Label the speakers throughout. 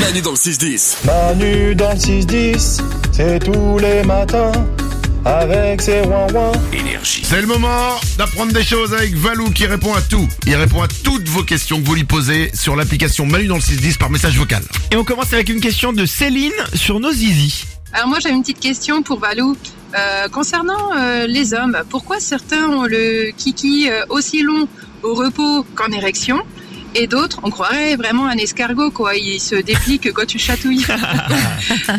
Speaker 1: Manu dans le 6-10.
Speaker 2: Manu dans le 6-10, c'est tous les matins, avec ses ouin-ouin.
Speaker 1: Énergie.
Speaker 3: C'est le moment d'apprendre des choses avec Valou qui répond à tout. Il répond à toutes vos questions que vous lui posez sur l'application Manu dans le 610 par message vocal.
Speaker 4: Et on commence avec une question de Céline sur nos zizi.
Speaker 5: Alors moi j'avais une petite question pour Valou. Euh, concernant euh, les hommes, pourquoi certains ont le kiki euh, aussi long au repos qu'en érection et d'autres, on croirait vraiment un escargot, quoi. Il se déplie que quand tu chatouilles.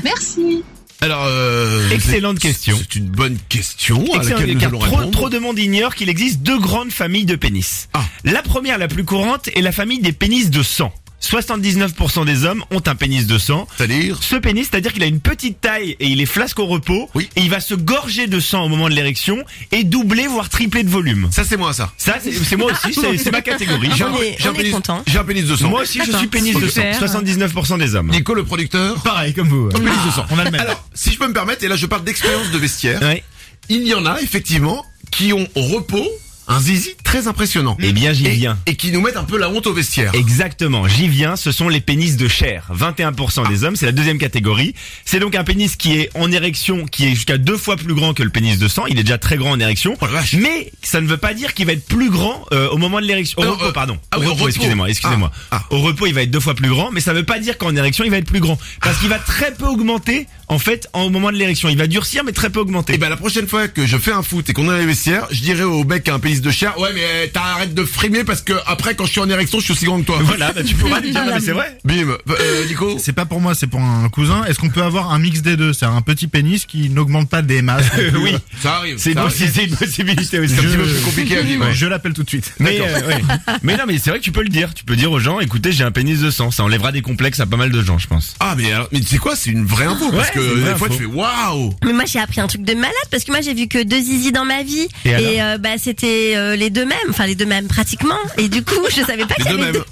Speaker 5: Merci.
Speaker 3: Alors, euh,
Speaker 4: Excellente
Speaker 3: c'est-
Speaker 4: question.
Speaker 3: C'est une bonne question à
Speaker 4: Excellent,
Speaker 3: Ah, laquelle nous
Speaker 4: car
Speaker 3: allons
Speaker 4: trop,
Speaker 3: répondre.
Speaker 4: trop de monde ignore qu'il existe deux grandes familles de pénis.
Speaker 3: Ah.
Speaker 4: La première, la plus courante, est la famille des pénis de sang. 79% des hommes ont un pénis de sang.
Speaker 3: C'est-à-dire
Speaker 4: Ce pénis, c'est-à-dire qu'il a une petite taille et il est flasque au repos.
Speaker 3: Oui.
Speaker 4: Et il va se gorger de sang au moment de l'érection et doubler, voire tripler de volume.
Speaker 3: Ça c'est moi ça.
Speaker 4: Ça, c'est c'est moi aussi, c'est c'est ma catégorie.
Speaker 3: J'ai un-
Speaker 6: Ah, on est-
Speaker 3: j'ai un
Speaker 6: on est
Speaker 3: pénis-
Speaker 6: content. hein.
Speaker 3: J'ai un pénis de sang.
Speaker 4: Moi aussi, je suis pénis de sang.
Speaker 6: Super.
Speaker 4: 79% des hommes.
Speaker 3: Nico le producteur.
Speaker 4: Pareil, comme vous.
Speaker 3: Pénis de sang.
Speaker 4: On a le même.
Speaker 3: Alors, si je peux me permettre, et là je parle d'expérience de vestiaire,
Speaker 4: Ouais.
Speaker 3: il y en a effectivement qui ont au repos un zizi très impressionnant.
Speaker 4: Eh bien, j'y
Speaker 3: Et-
Speaker 4: viens.
Speaker 3: Et qui nous mettent un peu la honte au vestiaire.
Speaker 4: Exactement, j'y viens, ce sont les pénis de chair. 21% des hommes, c'est la deuxième catégorie. C'est donc un pénis qui est en érection, qui est jusqu'à deux fois plus grand que le pénis de sang. Il est déjà très grand en érection.
Speaker 3: Oh la vache.
Speaker 4: Mais ça ne veut pas dire qu'il va être plus grand euh, au moment de l'érection. Au
Speaker 3: Non,
Speaker 4: repos,
Speaker 3: euh,
Speaker 4: pardon.
Speaker 3: ah
Speaker 4: au
Speaker 3: oui, au
Speaker 4: repos,
Speaker 3: repos.
Speaker 4: excusez-moi, excusez-moi.
Speaker 3: Ah, ah.
Speaker 4: Au repos, il va être deux fois plus grand, mais ça ne veut pas dire qu'en érection, il va être plus grand. Parce qu'il va très peu augmenter, en fait, en, au moment de l'érection. Il va durcir, mais très peu augmenter.
Speaker 3: Et ben la prochaine fois que je fais un foot et qu'on est dans les vestiaires, je dirais au mec qui a un pénis de chair, ouais mais euh, t'arrêtes de frimer parce que après quand je suis en érection, je suis aussi grand que toi.
Speaker 4: Voilà, bah, tu pourras lui dire, non, mais c'est vrai.
Speaker 3: Bim, euh, Nico.
Speaker 7: C'est pas pour moi, c'est pour un cousin. Est-ce qu'on peut avoir un mix des deux C'est un petit pénis qui n'augmente pas des masses.
Speaker 4: oui,
Speaker 3: Ça arrive.
Speaker 4: c'est une,
Speaker 3: ça arrive.
Speaker 4: possi- c'est une possibilité aussi.
Speaker 3: C'est un petit peu plus compliqué à vivre.
Speaker 7: Je l'appelle tout de suite.
Speaker 4: Mais, euh, ouais. mais non, mais c'est vrai que tu peux le dire. Tu peux dire aux gens, écoutez, j'ai un pénis de sang. Ça enlèvera des complexes à pas mal de gens, je pense.
Speaker 3: Ah mais alors, mais tu sais quoi, c'est une vraie info parce
Speaker 4: Ouais,
Speaker 3: que
Speaker 4: c'est une
Speaker 3: des
Speaker 4: vraie
Speaker 3: fois
Speaker 4: info.
Speaker 3: tu fais waouh.
Speaker 6: Mais moi j'ai appris un truc de malade parce que moi j'ai vu que deux zizi dans ma vie
Speaker 4: Et
Speaker 6: et,
Speaker 4: alors
Speaker 6: euh, bah c'était euh, les deux mêmes, enfin les deux mêmes pratiquement et du coup je savais pas
Speaker 3: Les
Speaker 6: qu'il y
Speaker 3: deux
Speaker 6: avait
Speaker 3: mêmes.
Speaker 6: deux...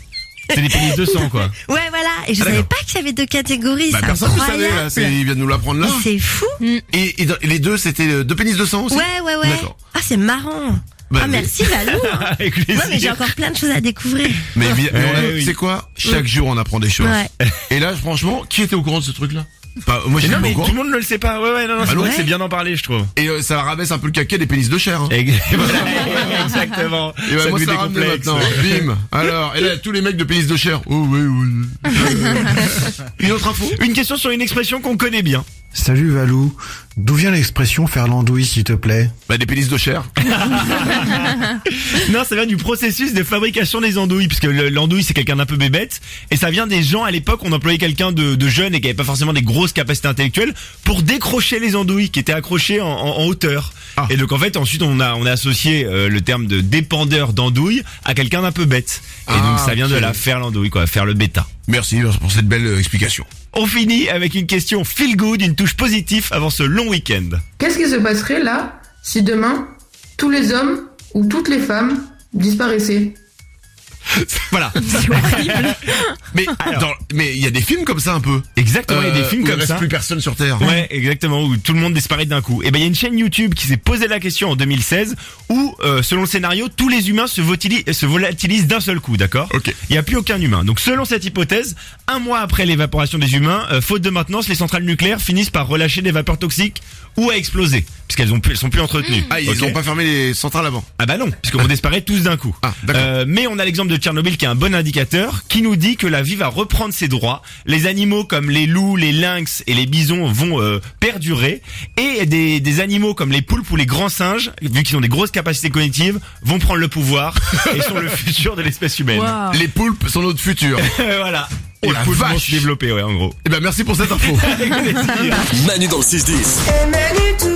Speaker 4: C'est des pénis de sang, quoi.
Speaker 6: Ouais voilà et je
Speaker 3: Ah,
Speaker 6: savais
Speaker 3: d'accord.
Speaker 6: pas qu'il y avait deux catégories,
Speaker 3: Bah
Speaker 6: c'est
Speaker 3: personne ne le savait
Speaker 6: incroyable.
Speaker 3: là, c'est- Ah. il vient de nous l'apprendre là.
Speaker 6: Mais c'est fou.
Speaker 3: Et, et dans- et les deux c'était euh, deux pénis de sang aussi.
Speaker 6: Ouais ouais ouais.
Speaker 3: D'accord.
Speaker 6: Ah c'est marrant.
Speaker 3: Bah,
Speaker 6: ah
Speaker 3: mais-
Speaker 6: merci Valou. hein.
Speaker 4: Avec
Speaker 6: Ouais
Speaker 4: les
Speaker 6: mais j'ai encore plein de choses à découvrir.
Speaker 3: Mais, évi- mais on a-
Speaker 4: oui.
Speaker 3: tu sais quoi Chaque jour on apprend des choses.
Speaker 6: Ouais.
Speaker 3: Et là franchement, qui était au courant de ce truc là Moi
Speaker 4: Mais
Speaker 3: j'étais
Speaker 4: non,
Speaker 3: pas au
Speaker 4: mais tout le
Speaker 3: courant.
Speaker 4: monde ne le sait pas. Ouais, ouais, non, non, c'est
Speaker 7: Ah
Speaker 3: Bah,
Speaker 4: vrai
Speaker 3: ouais.
Speaker 4: que c'est bien d'en parler, je trouve.
Speaker 3: Et euh, ça rabaisse un peu le caquet des pénis de chair. hein.
Speaker 4: Voilà, Exactement.
Speaker 3: Et bah,
Speaker 4: Ça
Speaker 3: moi,
Speaker 4: nous
Speaker 3: ça ramène
Speaker 4: décomplexe.
Speaker 3: maintenant. Bim. Alors, et là, tous les mecs de pénis de chair. Oh, oui, oui. Une autre info
Speaker 4: Une question sur une expression qu'on connaît bien.
Speaker 8: Salut Valou, d'où vient l'expression faire l'andouille s'il te plaît
Speaker 3: Bah, des pénis de chair.
Speaker 4: Non, ça vient du processus de fabrication des andouilles, puisque le- l'andouille c'est quelqu'un d'un peu bébête, et ça vient des gens à l'époque on employait quelqu'un de, de jeune et qui avait pas forcément des grosses capacités intellectuelles pour décrocher les andouilles qui étaient accrochées en, en- en hauteur.
Speaker 3: Ah.
Speaker 4: Et donc en fait ensuite on a on a associé euh, le terme de dépendeur d'andouille à quelqu'un d'un peu bête. Et
Speaker 3: Ah,
Speaker 4: donc ça vient de
Speaker 3: ok.
Speaker 4: là, faire l'andouille quoi, faire le bêta.
Speaker 3: Merci pour cette belle euh, explication.
Speaker 4: On finit avec une question feel good, une touche positive avant ce long week-end.
Speaker 9: Qu'est-ce qui se passerait là si demain tous les hommes ou toutes les femmes disparaissaient
Speaker 4: Voilà.
Speaker 3: Mais dans- mais il y a des films comme ça un peu.
Speaker 4: Exactement, il y a des
Speaker 3: Euh,
Speaker 4: films
Speaker 3: où il
Speaker 4: comme
Speaker 3: reste
Speaker 4: ça.
Speaker 3: plus personne sur Terre.
Speaker 4: Ouais, exactement, où tout le monde disparaît d'un coup. Et ben il y a une chaîne YouTube qui s'est posé la question en 2016 où euh, selon le scénario, tous les humains se, votili- se volatilisent d'un seul coup, d'accord
Speaker 3: Ok.
Speaker 4: Il n'y a plus aucun humain. Donc selon cette hypothèse, un mois après l'évaporation des humains, euh, faute de maintenance, les centrales nucléaires finissent par relâcher des vapeurs toxiques ou à exploser puisqu'elles ont plus, elles sont plus entretenues.
Speaker 3: Ah, ils
Speaker 4: Ok
Speaker 3: ont pas fermé les centrales avant.
Speaker 4: ah bah non, puisqu'on disparaît tous d'un coup.
Speaker 3: Ah, d'accord.
Speaker 4: Euh, mais on a l'exemple de Tchernobyl qui est un bon indicateur, qui nous dit que la vie va reprendre ses droits. Les animaux comme les loups, les lynx et les bisons vont euh, perdurer. Et des, des animaux comme les poulpes ou les grands singes, vu qu'ils ont des grosses capacités cognitives, vont prendre le pouvoir et sont le futur de l'espèce humaine. Euh,
Speaker 3: Les poulpes sont notre futur.
Speaker 4: voilà.
Speaker 3: Oh
Speaker 4: les
Speaker 3: la
Speaker 4: poulpes vont
Speaker 3: vache.
Speaker 4: se développer, ouais, en gros.
Speaker 3: Eh ben, merci pour cette info.
Speaker 1: Manu dans le 6-10.
Speaker 2: Et Manu tout